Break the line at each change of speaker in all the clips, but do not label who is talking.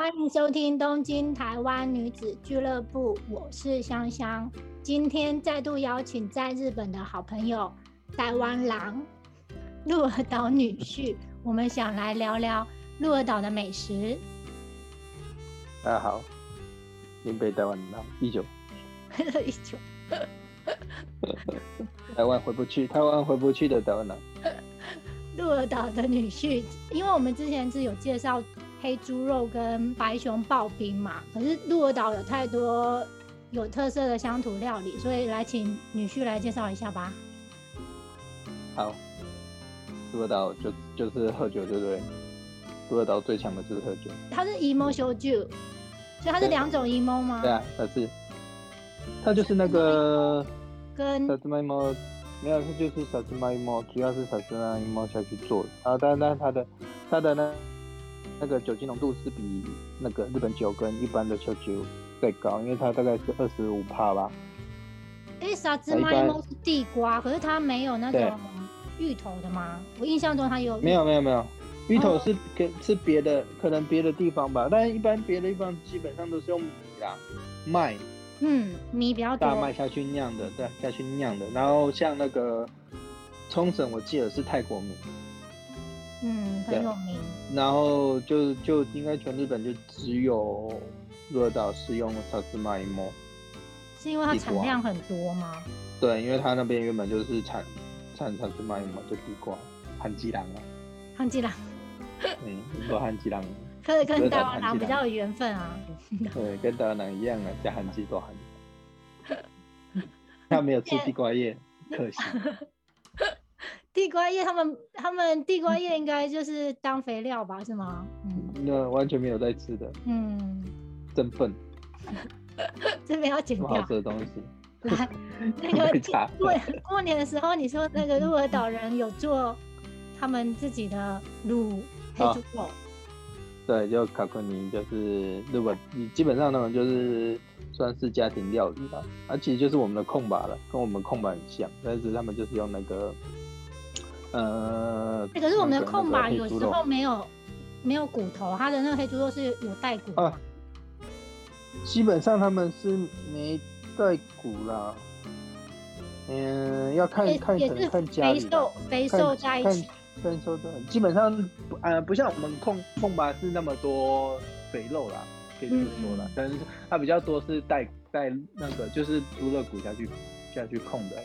欢迎收听东京台湾女子俱乐部，我是香香。今天再度邀请在日本的好朋友台湾狼鹿儿岛女婿，我们想来聊聊鹿儿岛的美食。
大家好，林北台湾狼一九，
一九
台湾回不去，台湾回不去的啊台湾狼。
鹿儿岛的女婿，因为我们之前是有介绍黑猪肉跟白熊刨冰嘛，可是鹿儿岛有太多有特色的乡土料理，所以来请女婿来介绍一下吧。
好，鹿儿岛就就是喝酒，对不对？鹿儿岛最强的就是喝酒。
它是 emo show j 所以它是两种 emo 吗？
对啊，但是它就是那个
跟
萨斯麦猫，没有，它就是萨斯麦猫，主要是萨斯麦猫下去做的。然后，但但它的它的那那个酒精浓度是比那个日本酒跟一般的烧酒再高，因为它大概是二十五帕吧。
诶萨兹玛
一般
是地瓜，可是它没有那
对
种芋头的吗？我印象中它有芋
没有没有没有，芋头
哦
是跟、是别的，可能别的地方吧，但一般别的地方基本上都是用米啦、麦、
嗯米比较多
大麦下去酿的，对，下去酿的。然后像那个冲绳，我记得是泰国米，
嗯很
对
有名
然后就就应该全日本就只有鹿儿岛是用萨兹麦馍，
是因为它
地
产
瓜
量很多吗？
对，因为它那边原本就是产产萨兹麦馍，就地瓜、韩吉郎啊，
忘记了，
嗯，都韩吉郎，
可跟
鹿儿岛
大湾
汉
狼
记
比
啦
较有缘分啊。
对，跟台湾人一样啊，加韩鸡多韩。他没有吃地瓜 叶，可惜。
地瓜叶他们他们地瓜叶应该就是当肥料吧？是吗？嗯
那完全没有在吃的，
嗯，
真笨，
这边要剪
这么好
掉
吃的东西，
来那个
被查。
过 过年的时候，你说那个鹿儿岛人有做他们自己的卤黑
啊
猪肉，
对，就卡库尼就是日本，你基本上他们就是算是家庭料理吧，啊，其实就是我们的空吧了，跟我们空吧很像，但是他们就是用那个，呃，
欸可是我们的
那个
控吧
黑
有
猪
时
肉
候没有没有骨头，它的那个黑猪肉是有带骨的
啊，基本上他们是没带骨啦，嗯，要看
也
看
也
可
是
能看家
肥
里啦
瘦肥
看
瘦在一起，
看看瘦的，基本上不呃不像我们控控吧是那么多肥肉啦，可以这么说啦，
嗯
但是它比较多是带带那个就是猪肋骨下去下去控的，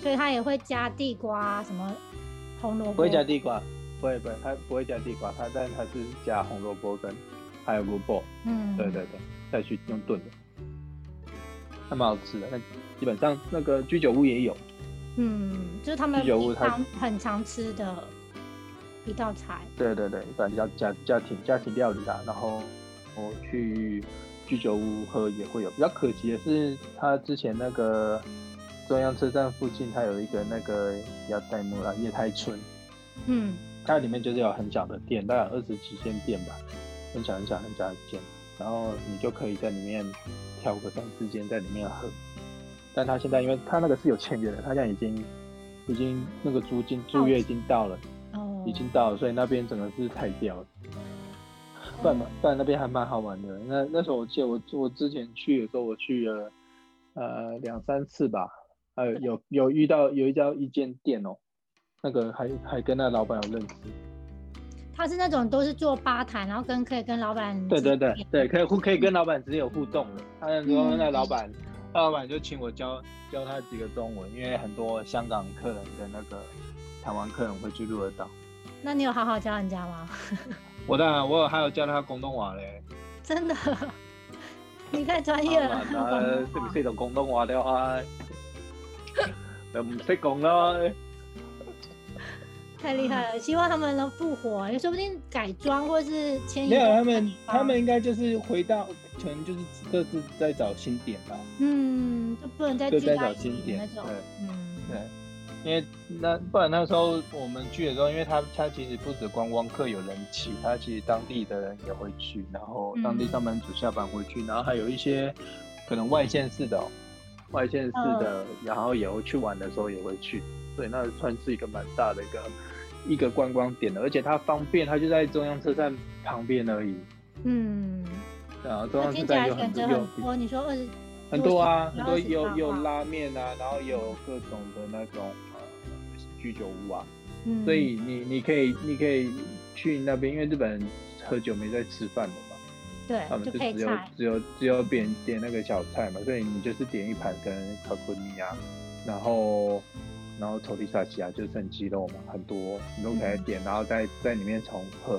所以它也会加地瓜啊什么红萝
不
卜
会。加地瓜，不会不会，它不会加地瓜，它但它是加红萝卜跟还有萝卜，
嗯，
对对。对，再去用炖的，还蛮好吃的。那基本上那个居酒屋也有，
嗯，就是他们
居酒屋
平
它
常很常吃的一道菜。
对对对，反正要家家庭家庭料理啊啦，然后我去居酒屋喝也会有。比较可惜的是，他之前那个中央车站附近，它有一个那个亚代木啦夜太村，
嗯，
它里面就是有很小的店，大概二十几间店吧，很小很小很小的间，然后你就可以在里面挑个三四间在里面喝。但他现在因为他那个是有签约的，他现在已经已经那个租金租约已经到了。
哦，
已经到了，所以那边整个是拆掉了。不然不然那边还蛮好玩的。那那时候我记得我我之前去的时候，我去了呃两三次吧，呃有有遇到有一家一间店哦，那个还还跟那老板有认识。
他是那种都是做吧台，然后跟可以跟老板
对对对
见面
对，可以互可以跟老板直接有互动的。他那时候
嗯
那老板，那老板就请我教教他几个中文，因为很多香港客人跟那个台湾客人会去鹿儿岛。
那你有好好教人家吗？
我当然我有还有教他广东话嘞。
真的， 你太专业了。
好啦識唔識同廣東話咧？ 唉，又唔識講啦。
太厉害了！希望他们能复活，也说不定改装或是迁移。
没有，他们他们应该就是回到，可能就是各自在找新点吧。
嗯，就不能再
就
聚
在
在
找
一起
经典
那种
对。
嗯，
对，因为那不然那时候我们去的时候，因为他他其实不止观光客有人去，他其实当地的人也会去，然后当地
嗯
上班族下班会去，然后还有一些可能外县市的、哦，外县市的，
嗯
然后也会去玩的时候也会去，所以那算是一个蛮大的一个一个观光点的，而且它方便，它就在中央车站旁边而已，
嗯
啊，中
我
央
听
时
起
代
来
有很
选
多
择
有
很哦多。你说二十，
很多啊，
如果
很多
是
有
要
有
的话
拉面啊，然后有各种的那种呃居酒屋啊，
嗯，
所以你你可以你可以去那边，因为日本人喝酒没在吃饭的嘛，
对
他们
就
就
配
只有
菜，
只有只有点点那个小菜嘛，所以你就是点一盘跟烤库尼啊，然后然后头皮萨奇啊，就是剩鸡肉嘛，很多你都可以
嗯
点，然后在在里面重喝。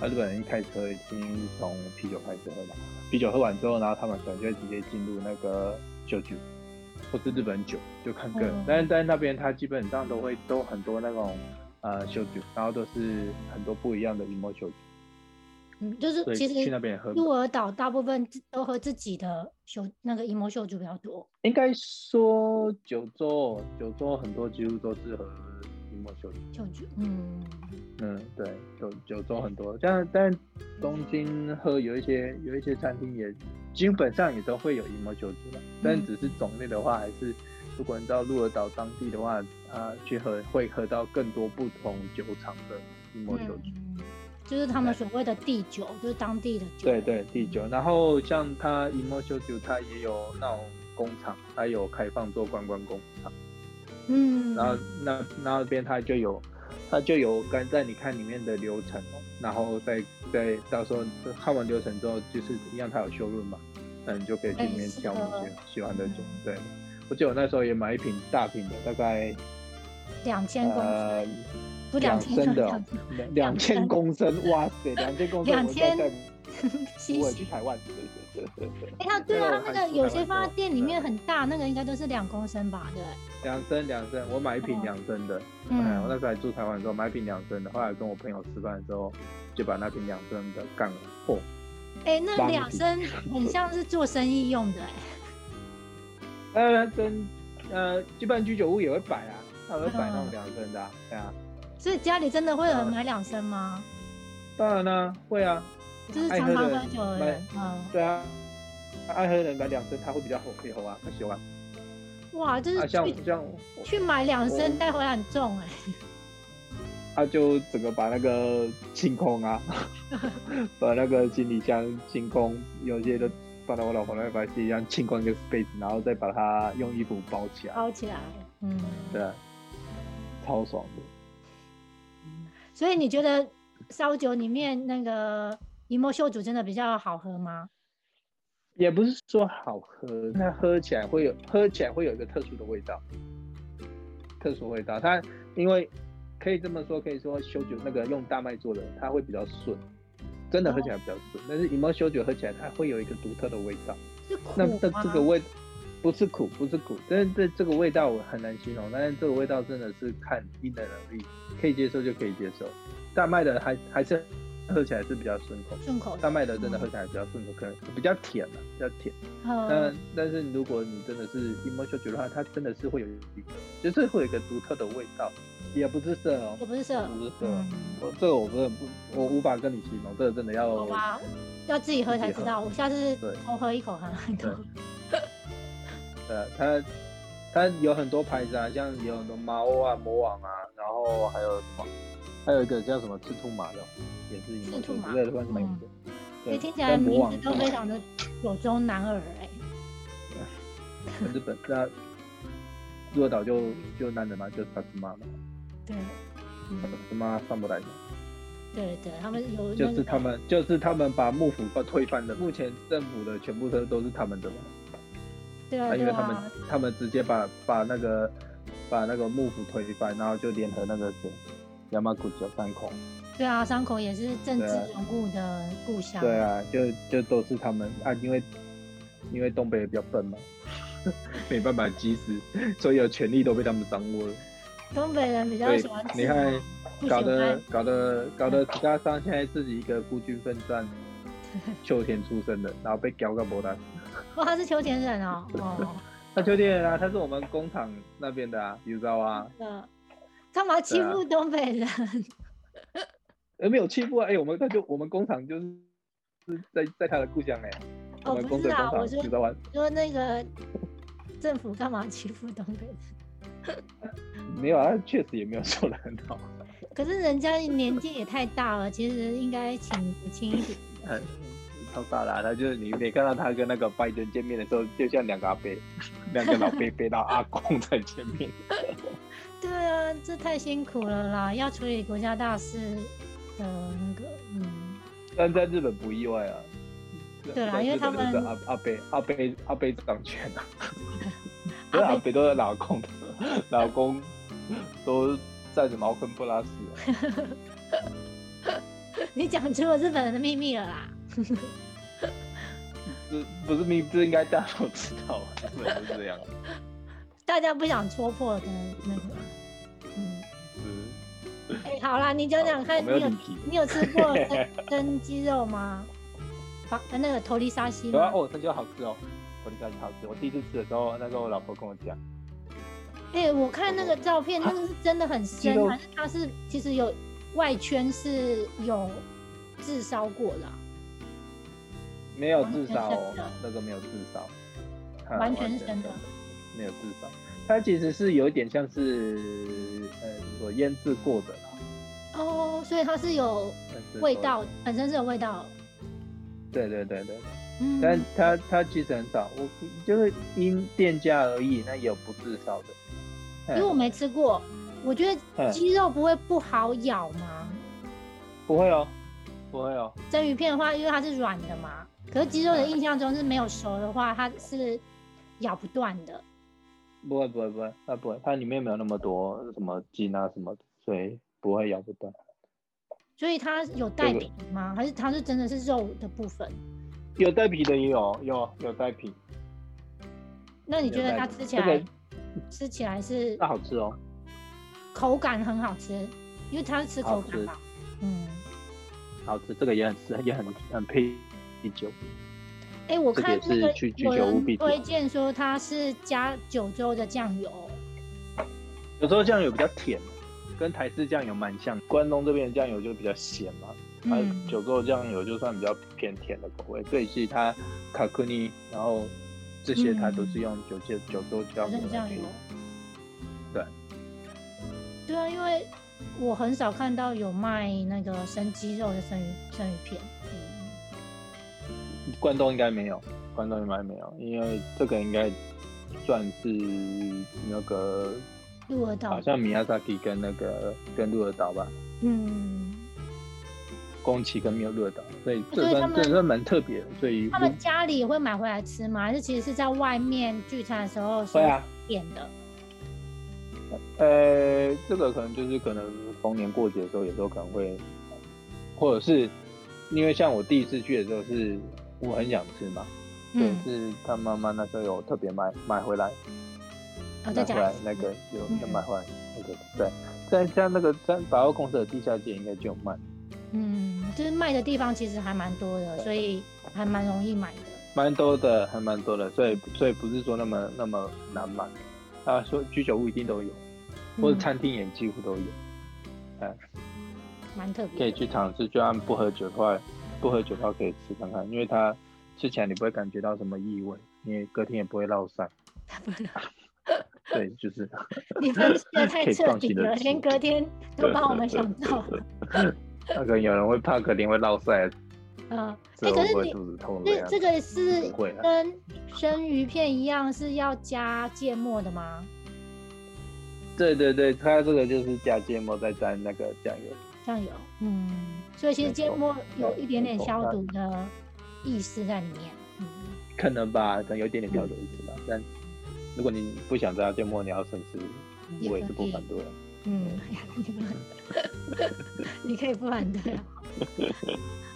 那、日本人一开始喝已经是从啤酒开始喝嘛，啤酒喝完之后，然后他们可能就会直接进入那个酒局，或是日本酒，就看个人。
嗯
但是在那边，他基本上都会都很多那种呃酒酒，然后都是很多不一样的 emo 酒，
嗯，就是
所以
其
去那
实
边也喝
鹿儿岛大部分自都喝自己的秀那个 emo 秀酒比较多，
应该说九州，九州很多几乎都是和银幕秀。
秀酒，嗯，
嗯，对，九九州很多，但但东京喝有一些有一些餐厅也基本上也都会有银幕酒酒了，但只是种类的话，还是如果你到鹿儿岛当地的话，啊、去喝会喝到更多不同酒厂的银幕酒酒。
嗯，就是他们所谓的地酒，就是当地的酒，
对对，第九，然后像它 e m o t i o 它也有那种工厂，它有开放做观光工厂。
嗯，
然后那那边它就有，它就有刚在你看里面的流程哦，然后再再到时候看完流程之后，就是一样它有修润嘛，那你就可以去里面挑你
哎是
喜
的
喜欢的酒
嗯。
对，我记得我那时候也买一瓶大瓶的，大概
两千公
呃
升，不
两
千
升的哦
两千
两两千公升，哇塞，两千公升，
两千
我在
西
我
西
去台湾，对对对对对
哎，它对啊，它那
还
个
是
有
还
些
蛮
放在
多
店里面
对
很大，那个应该都是两公升吧？对，
两升两升，我买一瓶
哦
两升的。哎，
嗯
我那时候还住台湾的时候买一瓶两升的，后来跟我朋友吃饭的时候就把那瓶两升的干了。哦，
哎、那
帮
两
你
升很像是做生意用的、哎，
当然跟呃，基本上居酒屋也会摆啊，他们会摆那
嗯
种两升的、啊，对啊。
所以家里真的会有人
呃
买两升吗？
当然啦、会啊，
就是
爱
常
喝
常
的
喝酒的
买
人，嗯，
对啊。爱喝的人买两升，他会比较好配合啊，他喜欢。
哇，就是
啊，
嗯去、
像像我
去买两升
我
带回来很重哎、
他就整个把那个清 空啊，把那个行李箱清空，有些都放到我老婆那边，把行李箱清空一个 space，然后再把它用衣服包起来。
包起来，嗯，
对啊，超爽的。
所以你觉得烧酒里面那个银幕秀酒真的比较好喝吗？
也不是说好喝，它喝起来会有喝起来会有一个特殊的味道，特殊味道。它因为可以这么说，可以说修酒那个用大麦做的，它会比较顺，真的喝起来比较顺。但是 e m o 修酒喝起来，它会有一个独特的味道。
是哦苦
那
吗？
那这个味不是苦，不是苦，但是这这个味道我很难形容。但是这个味道真的是看因人而异，可以接受就可以接受。大麦的还还是喝起来是比较顺口，
顺口的，
大麦的真的喝起来比较顺口，可能比较甜啊，比较甜。但
嗯，
但是如果你真的是 emotional 酒的话，它真的是会有一个，就是会有一个独特的味道，也不是涩哦
也，不是涩，
不是涩哦，
嗯，
我这个我真的不，我无法跟你形容，这个真的要
好吧，要自己喝才
自己
知
喝
道。我下次
对
偷喝一口看看。
对呃，它它有很多牌子啊，像有很多猫啊、魔王啊，然后还有什么，还有一个叫什么赤兔马的，也是 emotional
赤兔马
酒对，乱什么名字？
所以哎
对，
听起来
但
名
魔王
字都非常的有中男耳哎、
日本那鹿儿岛就就男人嘛，就萨斯妈嘛，
对，
萨
嗯，
斯妈上不来的。
对对，他们有
就
那
是
个
他们，就是他们把幕府都推翻的。目前政府的全部都都是他们的嘛，
对啊
啊，因
对
为他们
啊，
他们直接把把那个把那个幕府推翻，然后就联合那个谁，亚马古九三孔，
对啊，山口也是政治
对啊
人物的故乡。
对啊，就就都是他们啊，因为因为东北也比较笨嘛， 没办法及时，所有权力都被他们掌握了。
东北人比较
对
喜欢
你
自
看
豪不喜
搞
欢
得搞得搞得皮卡桑现在自己一个孤军奋 战，秋田出生的，然后被搞个博达
哦，他是秋田人哦， 哦，
他秋天人啊，他是我们工厂那边的啊，你知道啊？
呃，干嘛欺
对啊
负东北人？
呃，没有欺负啊，哎、我们他就我们工厂就是是在在他的故乡哎、
哦，
我们
不
工
是
水工
啊，
厂，
我
你
说
知道吗？
说那个政府干嘛欺负东北人？
没有啊，他确实也没有做的很好，
可是人家年纪也太大了，其实应该请轻一点。
很超大的、啊，他就是你每看到他跟那个拜登见面的时候，就像两个阿伯，两个老伯伯到阿公在见面。
对啊，这太辛苦了啦，要处理国家大事的那个，嗯，
但在日本不意外啊。
对啦
在
因为他
日本都是
们
阿阿伯阿伯阿伯掌权 啊，不是阿伯都是老公，老公都站着茅坑不拉屎、啊。
你讲出了日本人的秘密了啦。
这不是秘，这应该大家都知道啊，日本就是这样啊。
大家不想戳破的那个。嗯，
是
哎、好啦，你讲讲看，你
我没有
有
离题。
你有吃过 蒸蒸鸡肉吗？啊，那个头里沙西
有啊，
吗？
哦，生椒好吃哦，我的家里好吃。我第一次吃的时候，那时候我老婆跟我讲，
哎、我看那个照片，那个是真的 很
鸡肉
深，还是它是其实有外圈是有炙烧过的啊、
没有
完
自
全
烧
生的
哦，那个没有自烧，啊
完全生的，
没有自烧。它其实是有一点像是呃我腌制过的啦，
哦，所以它是有
但是
味
我
道，本身是有味道。
对对对对，
嗯，
但它它其实很少，我就是因店家而异，那也有不自烧的。
因为我
嗯
没吃过，我觉得
嗯
鸡肉不会不好咬吗？
不会哦，不会哦，
蒸鱼片的话，因为它是软的嘛，可是鸡肉的
嗯
印象中是没有熟的话，它是咬不断的。
不会不会不会，它不会，它里面没有那么多什么筋啊什么的，所以不会咬不断。
所以它有带
对
皮吗？还是它是真的是肉的部分？
有带皮的也有，有有带皮，
那你觉得它
有带
吃
皮
起
这
来
个
吃起来是
那好吃哦。
口感很好吃？因为它是吃口
好
感
吃
嘛。嗯，
好吃，这个也很吃，也很很配啤酒。
哎，我
这个
看
也
那
是
个
去居
有
酒屋必
人
点
推荐说它是加九州的酱油，
有时候酱油比较甜，跟台式酱油蛮像。关东这边的酱油就比较咸嘛，它
嗯，
九州酱油就算比较偏甜的口味，所以其实它卡库尼，然后这些它都是用九界九州
九
酱
州
油来
嗯酱
配
油。
对。
对啊，因为我很少看到有卖那个生鸡肉的生鱼生鱼片。嗯。
关东应该没有，关东应该没有，因为这个应该算是那个
鹿儿岛
好像米亚萨基跟那个跟鹿儿岛吧，
嗯，
宫崎跟谬鹿儿岛，所以
哦所
这
以他
算
们
这算蛮特别的，所以
他们家里也会买回来吃吗？还是其实是在外面聚餐的时候是
会啊，
点的？
呃，这个可能就是可能逢年过节的时候，有时候可能会，或者是因为像我第一次去的时候是我很想吃嘛，对，
嗯，
是他妈妈那时候有特别买买回来，
哦，
买
在
回
家
来
里
那个有有
嗯
买回来那个对，在像那个在百货公司的地下街应该就有卖，
嗯，就是卖的地方其实还蛮多的，所以还蛮容易买的。
蛮多的，还蛮多的，所以所以不是说那么那么难买，啊，说居酒屋一定都有，或者
嗯
餐厅也几乎都有。
蛮特
可
别
以
的。
去尝试，就按不喝酒的话，不喝酒的话可以吃看看，因为它吃起来你不会感觉到什么异味，因为隔天也不会 落散。对，就是
你分析的太
可以
彻
放
底
心地
了，
吃
连隔天都帮我们想到了。
那个有人会怕隔天会落晒，
嗯，
之
哎，
后
可
会
是
不会
你
肚子痛这
这
样。
这个是
啊不会啊
跟生鱼片一样是要加芥末的吗？
对对对，它这个就是加芥末再沾那个酱油。
酱油，嗯，所以其实
没
芥
错
末有
对
一点点
没错
消
它
毒的意思在里面，嗯，
可能吧，可能有一点点小的意思吧。但如果你不想加芥末，你要省吃，
也
我也是
可
不
以
反对的。啊
嗯， 你可以不反对啊。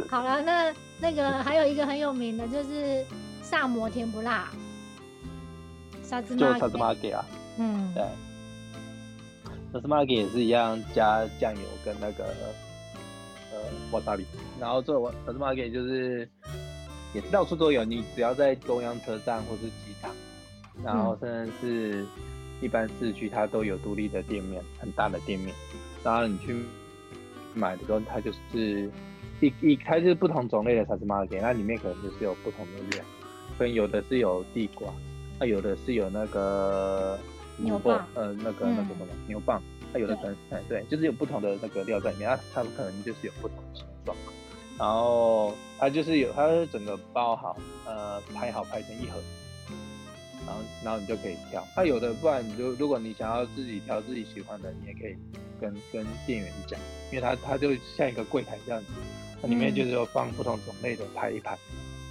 好了，那那个还有一个很有名的就是萨摩甜不辣，沙芝
就
麻，
萨斯玛给啊，
嗯
对，萨斯玛给也是一样加酱油跟那个呃瓦萨比，然后做瓦萨斯玛给就是也是到处都有，你只要在中央车站或是机场，然后
嗯
甚至是一般市区它都有独立的店面，很大的店面，然后你去买的时候，它就是一一它就是不同种类的萨斯玛给，那里面可能就是有不同的料，跟有的是有地瓜，那有的是有那个
牛
五豆
蒡
呃，那个那个
嗯
什么牛蒡，它有的可能哎对，就是有不同的那个料在里面，它它可能就是有不同的形状，然后它就是有，它是整个包好，呃，拍好拍成一盒，然后然后你就可以挑。它有的不然你就如果你想要自己挑自己喜欢的，你也可以跟跟店员讲，因为它它就像一个柜台这样子，它里面就是
嗯
有放不同种类的排一排。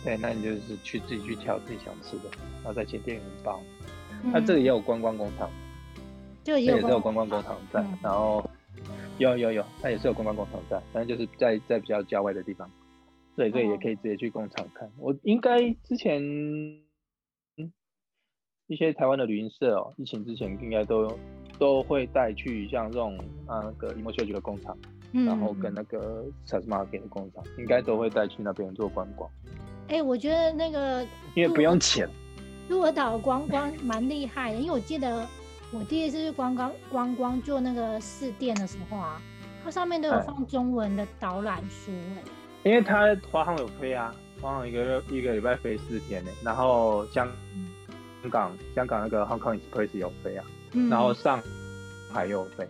对，那你就是去自己去挑自己想吃的，然后再请店员包。它、这
嗯
里也有观光工厂，
就也
它也是有
有
观
光
光工厂在，
嗯
然后有有有，它也是有观光工厂在，但就是在在比较郊外的地方，所以这个也
哦
可以直接去工厂看。我应该之前，嗯，一些台湾的旅行社哦，疫情之前应该都都会带去像这种啊那个 emo 秀局的工厂，
嗯
然后跟那个 s a s m a r k e 的工厂，应该都会带去那边做观光，
哎、我觉得那个
因为不用钱。
鹿儿岛观光蛮厉害的，因为我记得我第一次去观光观光做那个试店的时候啊，它上面都有
哎
放中文的导览书、哎，
因为他华航有飞啊，华航一个一个礼拜飞四天呢，然后香香港香港那个 Hong Kong Express 有飞啊，
嗯，
然后上海又有飞，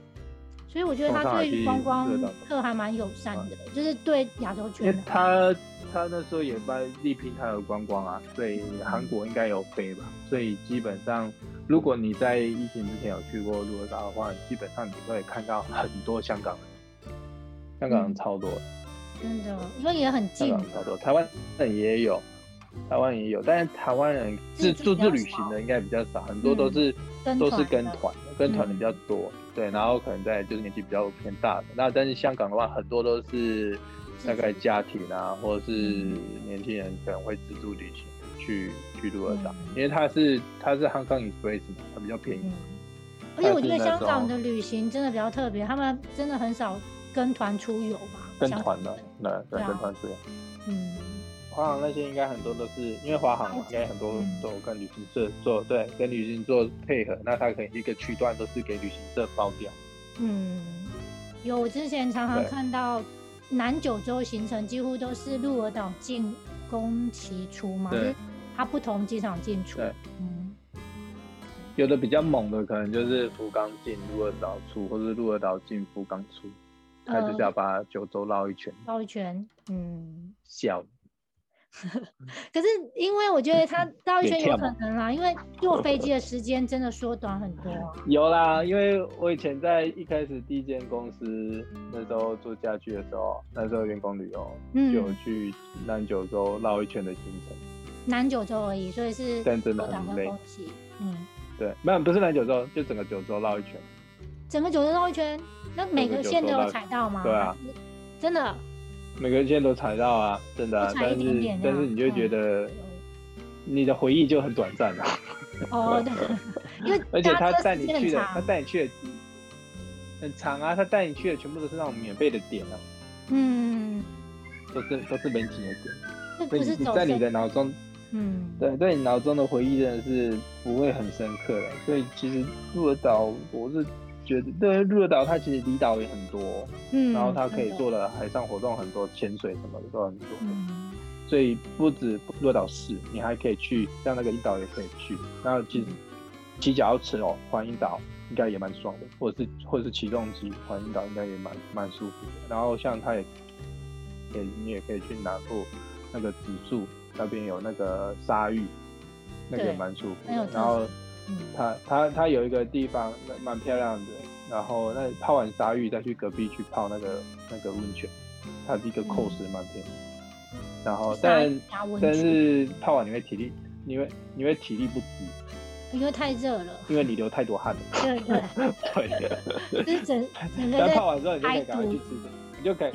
所以我觉得他
从上海
对于
去
观光
鹿儿岛
客还蛮友善的，就是对亚洲
啊因为
圈的，
他他那时候也帮力拼他有观光啊，所以韩国应该有飞吧，所以基本上如果你在疫情之前有去过鹿儿岛的话，基本上你会看到很多香港人。香港人超多，
真的，因为也很
香
近
港，人超多，台湾人也有，台湾也有，但是台湾人
自
自
助
助
比较嗯
自旅行的应该比较少，很多都是、
跟
都是
团
跟
的嗯
团的，跟团的比较多。对，然后可能在就是年纪比较偏大的。那但是香港的话，很多都是大概家庭啊，或者是
嗯
年轻人可能会自助旅行去去鹿儿岛，
嗯
因为它是它是 Hong Kong Express 嘛，它比较便宜。
嗯，而且我觉得
但是那
香
种
港的旅行真的比较特别，他们真的很少跟团出游吧，
跟
香
团
港
的
人，对
对对，
啊
跟团出游。
嗯，
华航那些应该很多都是因为华航嘛，应该很多
嗯
都有跟旅行社做对，跟旅行社配合，那它可能一个区段都是给旅行社包掉。
嗯，有我之前常常
对
看到南九州行程几乎都是鹿儿岛进宫崎出嘛，就
对
是它不同机场进出
对，
嗯，
有的比较猛的，可能就是福冈进鹿儿岛出，或是鹿儿岛进福冈出，他就是要把九州绕一圈，
绕一圈，嗯。
笑。
可是因为我觉得
嗯
他绕一圈
也
有
跳
可
嘛
能啦，因为坐飞机的时间真的缩短很多啊。
有啦，因为我以前在一开始第一间公司那时候做家具的时候，那时候员工旅游就
嗯，
有去南九州绕一圈的行程。
南九州而已，所以是
但真的
鹿岛
很
跟
累
宫崎。嗯，
对，没有不是南九州，就整个九州绕一圈。
整个九州绕一圈，那每
整
个
个九
县都
州
有
绕
踩到吗？嗯
对啊，
真 的。
每个线都踩到啊，真的啊、
都踩
但
一
是
点点这样
但是你就觉得你的回忆就很短 暂啊。
哦，对，因为
而且
搭
他
车
带
时
你
间很
去的，
长
他带你去的很长啊，他带你去的全部都是那种免费的点啊，
嗯，
都是都是美景的点，
这
所
不
以
是
你
走
在你
飞
的脑中，
嗯，
对，在你脑中的回忆真的是不会很深刻的。所以其实鹿儿岛，我是觉得，对鹿儿岛它其实离岛也很多，
嗯，
然后它可以
真的
做的海上活动很多，潜水什么的都很多，
嗯，
所以不止鹿儿岛市，你还可以去像那个一岛也可以去，然后其
嗯
实骑脚踏车哦，环一岛应该也蛮爽的，或者是或者是骑重机环一岛应该也蛮蛮舒服的。然后像它也，也你也可以去南部那个紫树那边有那个沙浴，那个也
对
蛮舒服
很有
的
特。色
然后
嗯
它它它有一个地方那蛮漂亮的，然后那泡完沙浴再去隔壁去泡那个那个温泉，它一个 cos 蛮便宜。然后
嗯沙
哦但
加温
但
泉
是泡完你会体力，你会你会体力不支，
因为太热了，
因为你流太多汗了。
对 对，
对，
就是整整个
但
在嗯
泡完之后你就可以赶快
排
去吃，你就可以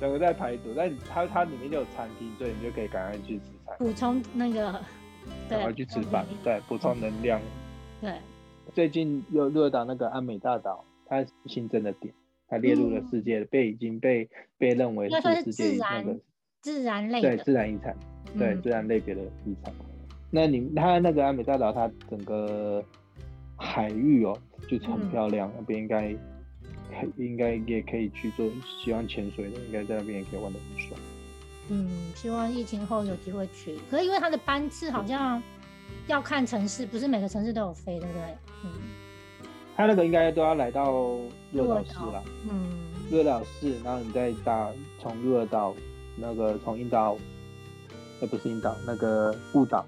整个在排毒，但它它里面就有餐厅，所以你就可以赶快去吃菜，
补充那个，
赶
对，
快去吃饭，对，补充能量。
对，
最近又热岛那个安美大岛，它新增的点，它列入了世界被已经被被认为
嗯应该算是
是世
自
界那
然
个
自然类
对
的，
自然遗产。对
嗯
自然类别的遗产。那你它那个安美大岛，它整个海域哦，就是很
嗯
漂亮，那边应该可应该也可以去做，喜欢潜水的应该在那边也可以玩的很爽。
嗯，希望疫情后有机会去。可是因为它的班次好像要看城市，不是每个城市都有飞，对不对？嗯
它那个应该都要来到啊鹿儿岛市
鹿儿
啦，
嗯
鹿儿岛市，然后你再搭从鹿儿岛那个从印岛，呃，不是印岛，那个雾岛，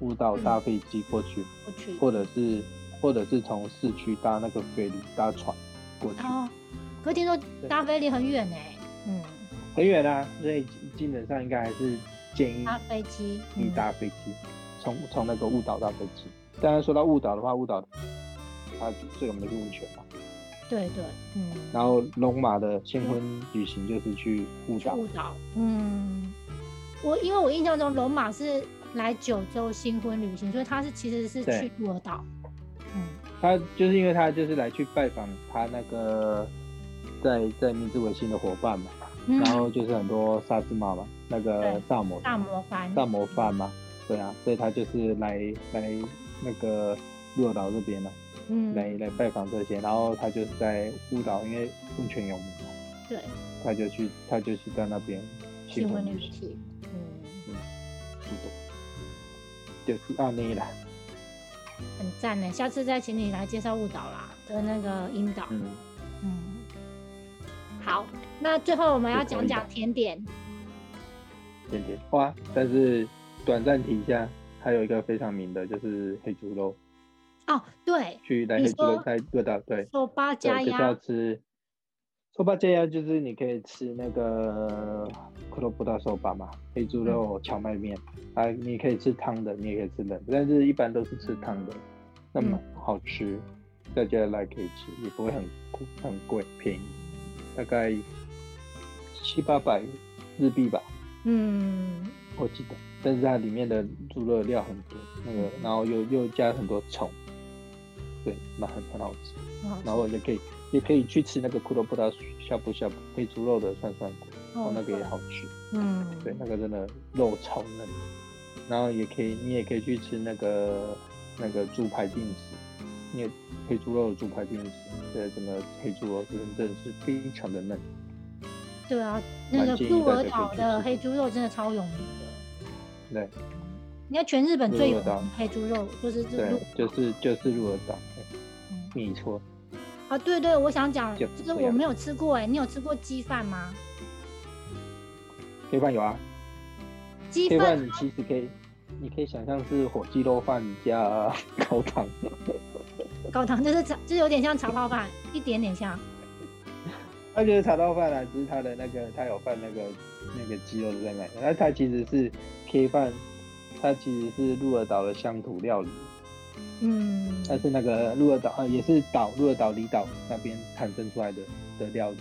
雾岛
嗯
搭飞机过去，
我去。
或者是或者是从市区搭那个ferry 搭船过去，
哦，可听说搭飞机很远哎、嗯，
很远啊，所以基本上应该还是建议
搭飞机，
你
嗯，
搭飞机，从从那个雾岛搭飞机。当然说到雾岛的话，雾岛它最有名的是温泉嘛，
对对，嗯，
然后龙马的新婚旅行就是去啊雾
去
岛，
雾岛，嗯，我因为我印象中龙马是来九州新婚旅行，所以他是其实是
对
去鹿儿岛，嗯，
他就是因为他就是来去拜访他那个在在明治维新的伙伴嘛，
嗯
然后就是很多萨斯马嘛，那个
对
萨摩
大魔藩，
萨摩藩嘛，对啊，所以他就是来来那个鹿儿岛这边了、啊
嗯，
来来拜访这些，然后他就是在雾岛，因为温泉有名嘛。
对，
他就去，他就去在那边新
新
婚
婚
旅
旅
行，
行，嗯，
就是啊案例啦。
很赞呢，下次再请你来介绍雾岛啦，跟那个樱岛，
嗯，
嗯，好，那最后我们要
是可
讲
以
讲
的
甜点，
点点哇！但是短暂提一下，还有一个非常名的就是黑猪肉，
哦，对，
去来
你
黑猪肉
说
在各大对，
手八加
对，就是要
鸭，
吃。寿巴这样就是你可以吃那个克罗布达寿巴嘛，黑猪
嗯
肉荞麦面啊，你可以吃汤的，你也可以吃冷的，但是一般都是吃汤的，
嗯
那么好吃，大家来可以吃，也不会很贵很贵，便宜，大概七八百日币吧，
嗯。
我记得。但是它里面的猪肉料很多，那
嗯
个然后又又加很多虫，对，那很很好吃。
很好吃
然后也可以也可以去吃那个骷髅布达呷哺呷哺配猪肉的涮涮锅，然
哦
后那个也，好吃，
嗯，
对，那个真的肉超嫩。然后也可以，你也可以去吃那个那个猪排定食，你也黑猪肉的猪排定食，对，真的黑猪肉真的真的是非常的嫩。
对啊，那个
蛮建议
鹿
大
儿岛
家可以去
的
吃
黑猪肉真的超有名的，
对
应该全日本最
鹿
有
儿
名
岛
的黑猪肉就是这鹿儿，
对就
岛
是就是鹿儿岛，
嗯
没错，
啊，对对，我想讲，
就
就是
不一
我
样
没有吃过哎，你有吃过鸡饭吗？
黑饭有啊，
鸡
黑
饭
饭你其实可以，你可以想象是火鸡肉饭加高汤。
高汤就是炒，就是有点像炒泡饭，一点点像，
他觉得炒到饭啦、啊只是他的那个他有放那个那个鸡肉在那，那他其实是 K 饭，它其实是鹿儿岛的乡土料理，
嗯，
它是那个鹿儿岛呃也是岛鹿儿岛离岛那边产生出来的的料理，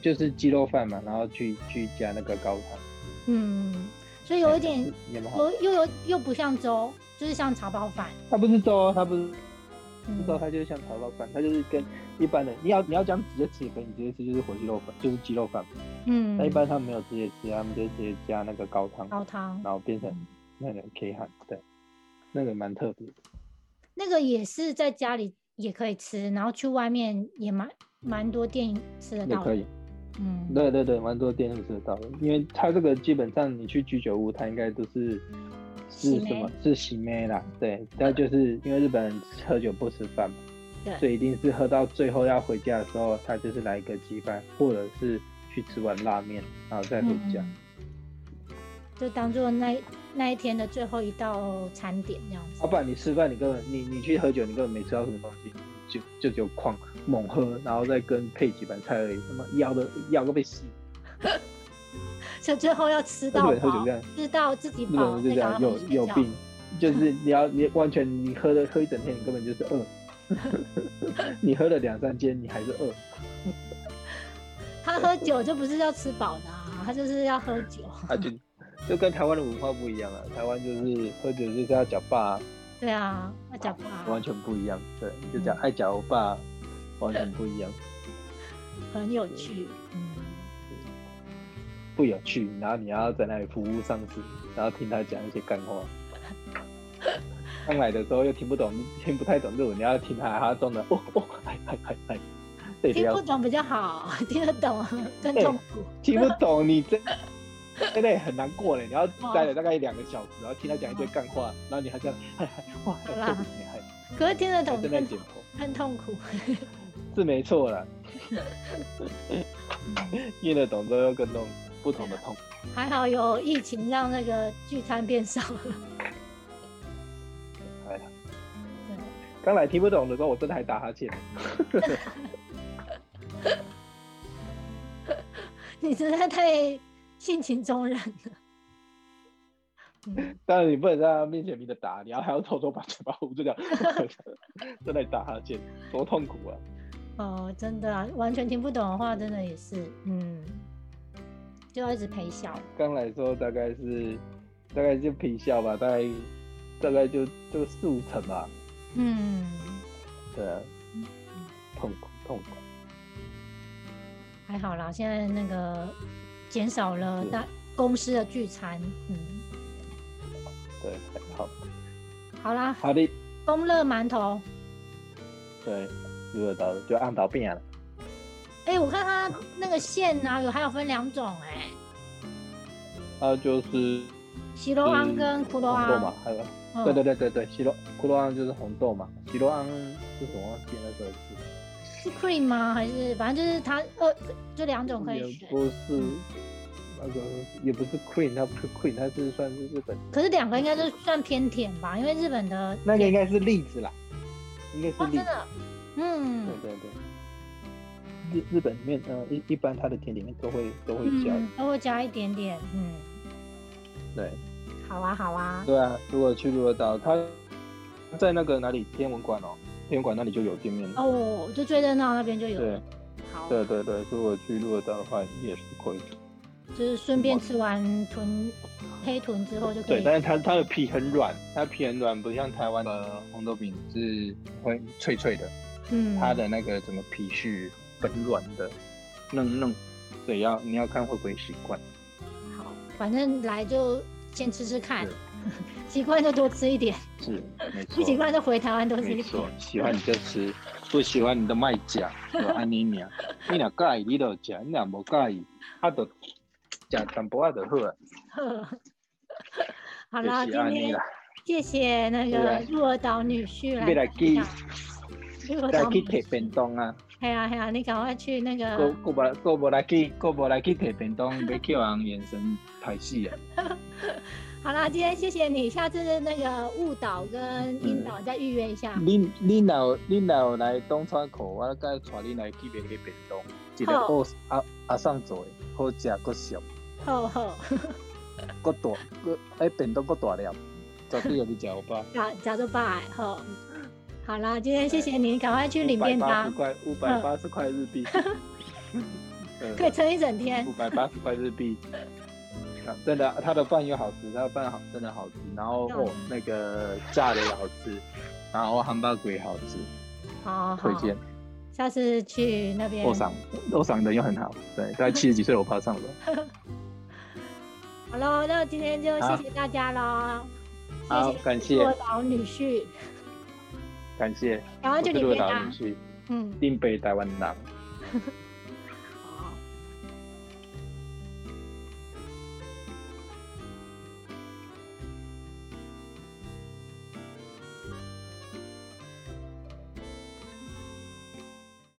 就是鸡肉饭嘛，然后去去加那个高汤，
嗯，所以有一点
也蛮
有
好。
又有又不像粥，就是像炒泡饭，
它不是粥哦，它不是
嗯
粥，它就是像炒到饭，它就是跟一般的你要你要讲直接吃也可以，你直接吃就是火鸡肉饭，就是鸡肉饭。
嗯，
那一般他们没有直接吃，他们就直接加那个高汤。
高汤，
然后变成
嗯
那个 K 汉，对，那个蛮特别的。
那个也是在家里也可以吃，然后去外面也蛮蛮多店吃得
也
到的
可，以，
嗯，
对对对，蛮多店都知道的，因为它这个基本上你去居酒屋，它应该都是是
喜
什
妹？
么是喜妹啦，对，它就是因为日本人喝酒不吃饭嘛，
对
所以一定是喝到最后要回家的时候，他就是来一个鸡饭，或者是去吃碗拉面，然后再回家。
嗯就当做那那一天的最后一道餐点这样子。
啊要、不然你吃饭，你根本你你去喝酒，你根本没吃到什么东西，就就就狂猛喝，然后再跟配几盘菜而已，他妈要的要个被吸。
所以最后要吃
日
到
本人喝酒
饱
这，样，
吃到自己
日本
饱
人就
才
这
赶
样，
快
有
回去睡
有
觉。
病，就是你要你完全你喝了喝一整天，你根本就是饿， 你喝了两三间你还是饿，
他喝酒就不是要吃饱的啊，他就是要喝酒。
他就 就跟台湾的文化不一样啊，台湾就是喝酒就是要讲爸，
对啊，要讲话，
完全不一样，对，
嗯
就讲爱讲爸，完全不一样，
很有趣。嗯，
不有趣，然后你要在那里服务上司，然后听他讲一些干 话。刚来的时候又听不懂， 听不太懂日文，你要听他，他中的哦哦，嗨嗨嗨嗨，对的
听
要
不懂比较好， 听得懂更
对
痛苦。
听不懂，你真真的很难过嘞。你要待了大概一两个小时，然后听他讲一堆干话，然后你还这样，嗨嗨，哇，还
哦好啦
受不了，还
可是听得懂
还在那
更
点头，
更痛苦。
是没错啦，听得懂之后更痛，不同的痛。
还好有疫情让那个聚餐变少了。
还
对，
好哎刚来听不懂的时候，我真的还打哈欠。
你实在太性情中人了。嗯，
当然你不能在他面前明着打，你要还要偷偷把嘴巴捂住掉，真的打哈欠，多痛苦啊！
哦，真的啊，完全听不懂的话，真的也是，嗯，就要一直陪笑。
刚来的时候大概是大概就皮笑吧，大概大概就就四五成吧，
嗯，
对啊，痛苦痛苦。
还好啦，现在那个减少了
是
大公司的聚餐。嗯，
对，还好，
好啦，
好的，
公乐馒头。
对，如果到就按到啊变了，
哎、我看它那个馅啊，有还有分两种哎、
啊，就是
喜罗昂跟骷髅
嗯红豆嘛
昂。，
还有
嗯
对对对对对，西罗骷髅昂就是红豆嘛，西罗昂是什么忘记那个是？
是 cream 吗？还是反正就是它呃，就两种可以
也
选，嗯
不是那个，也不是 Queen，它不是 Queen，它是算是日本，
可是两个应该都算偏甜吧，因为日本的
那个应该是栗子啦，应该
哦
是栗
真
子，
的，嗯
对对对。日日本里面，呃，一一般它的甜里面都会都会加，
嗯，都会加一点点，嗯，
对
好啊好啊，
对啊。如果去鹿儿岛，它在那个哪里天文馆哦，天文馆那里就有店面了。
哦，就最热闹那边就有
对
了，好，
对对对，如果去鹿儿岛的话，也是可以。
就是顺便吃完豚黑豚之后就可
对，
以，
但是它它的皮很软，它皮很软，不像台湾的红豆饼是会脆脆的，
嗯，
它的那个整个皮是很软的，嫩嫩。对，要你要看会不会习惯。
好，反正来就先吃吃看
对，
习惯就多吃一点，
是，没错。
不习惯就回台湾多吃
没
一
错
点，，
喜欢你就吃，不喜欢你就卖讲，就安尼尔。你若介意，你就食；你若无介意，啊，就食淡薄仔就好啊。
好啦，今
就是安尼
天
啦。
谢谢那
对啊
个鹿儿岛女婿来
要来
分
去
享，，鹿儿
来
岛
去
女
摕便
婿，
当啊！
哎呀哎呀，你赶快去那
佫
个，
佫无佫无来去，佫无来去摕便当，要叫人眼神歹死啊！
好啦，今天谢谢你，下次那个雾岛跟樱岛再预约一下，
恁恁若有恁若有来东川口，我甲带恁来去买个便当，一个
好
奥阿阿送做的，好食佫俗，
吼 吼，
佫大佫哎便当佫大粒，绝对互你食有饱。
早早就拜吼，好啦，今天谢谢你，赶快去领便
五
当，
块五百八十块日币， 呃
可以撑一整天
五，百八十块日币。 啊真的，他的饭又好吃，他的饭好真的好吃，然后
嗯
哦那个炸的也好吃，然后汉堡鬼好吃，
好好
嗯推，荐。
下次去那边
肉，赏肉赏的又很好，对，大概七十几岁我爬上 了。
好喽，那今天就
好
谢谢大家喽，
好，感
谢谢
谢
鹿儿岛女婿，
感谢，
赶快
我
去
是
领
鹿
便
岛女
当，
婿，
啊嗯。
啊定北台湾人。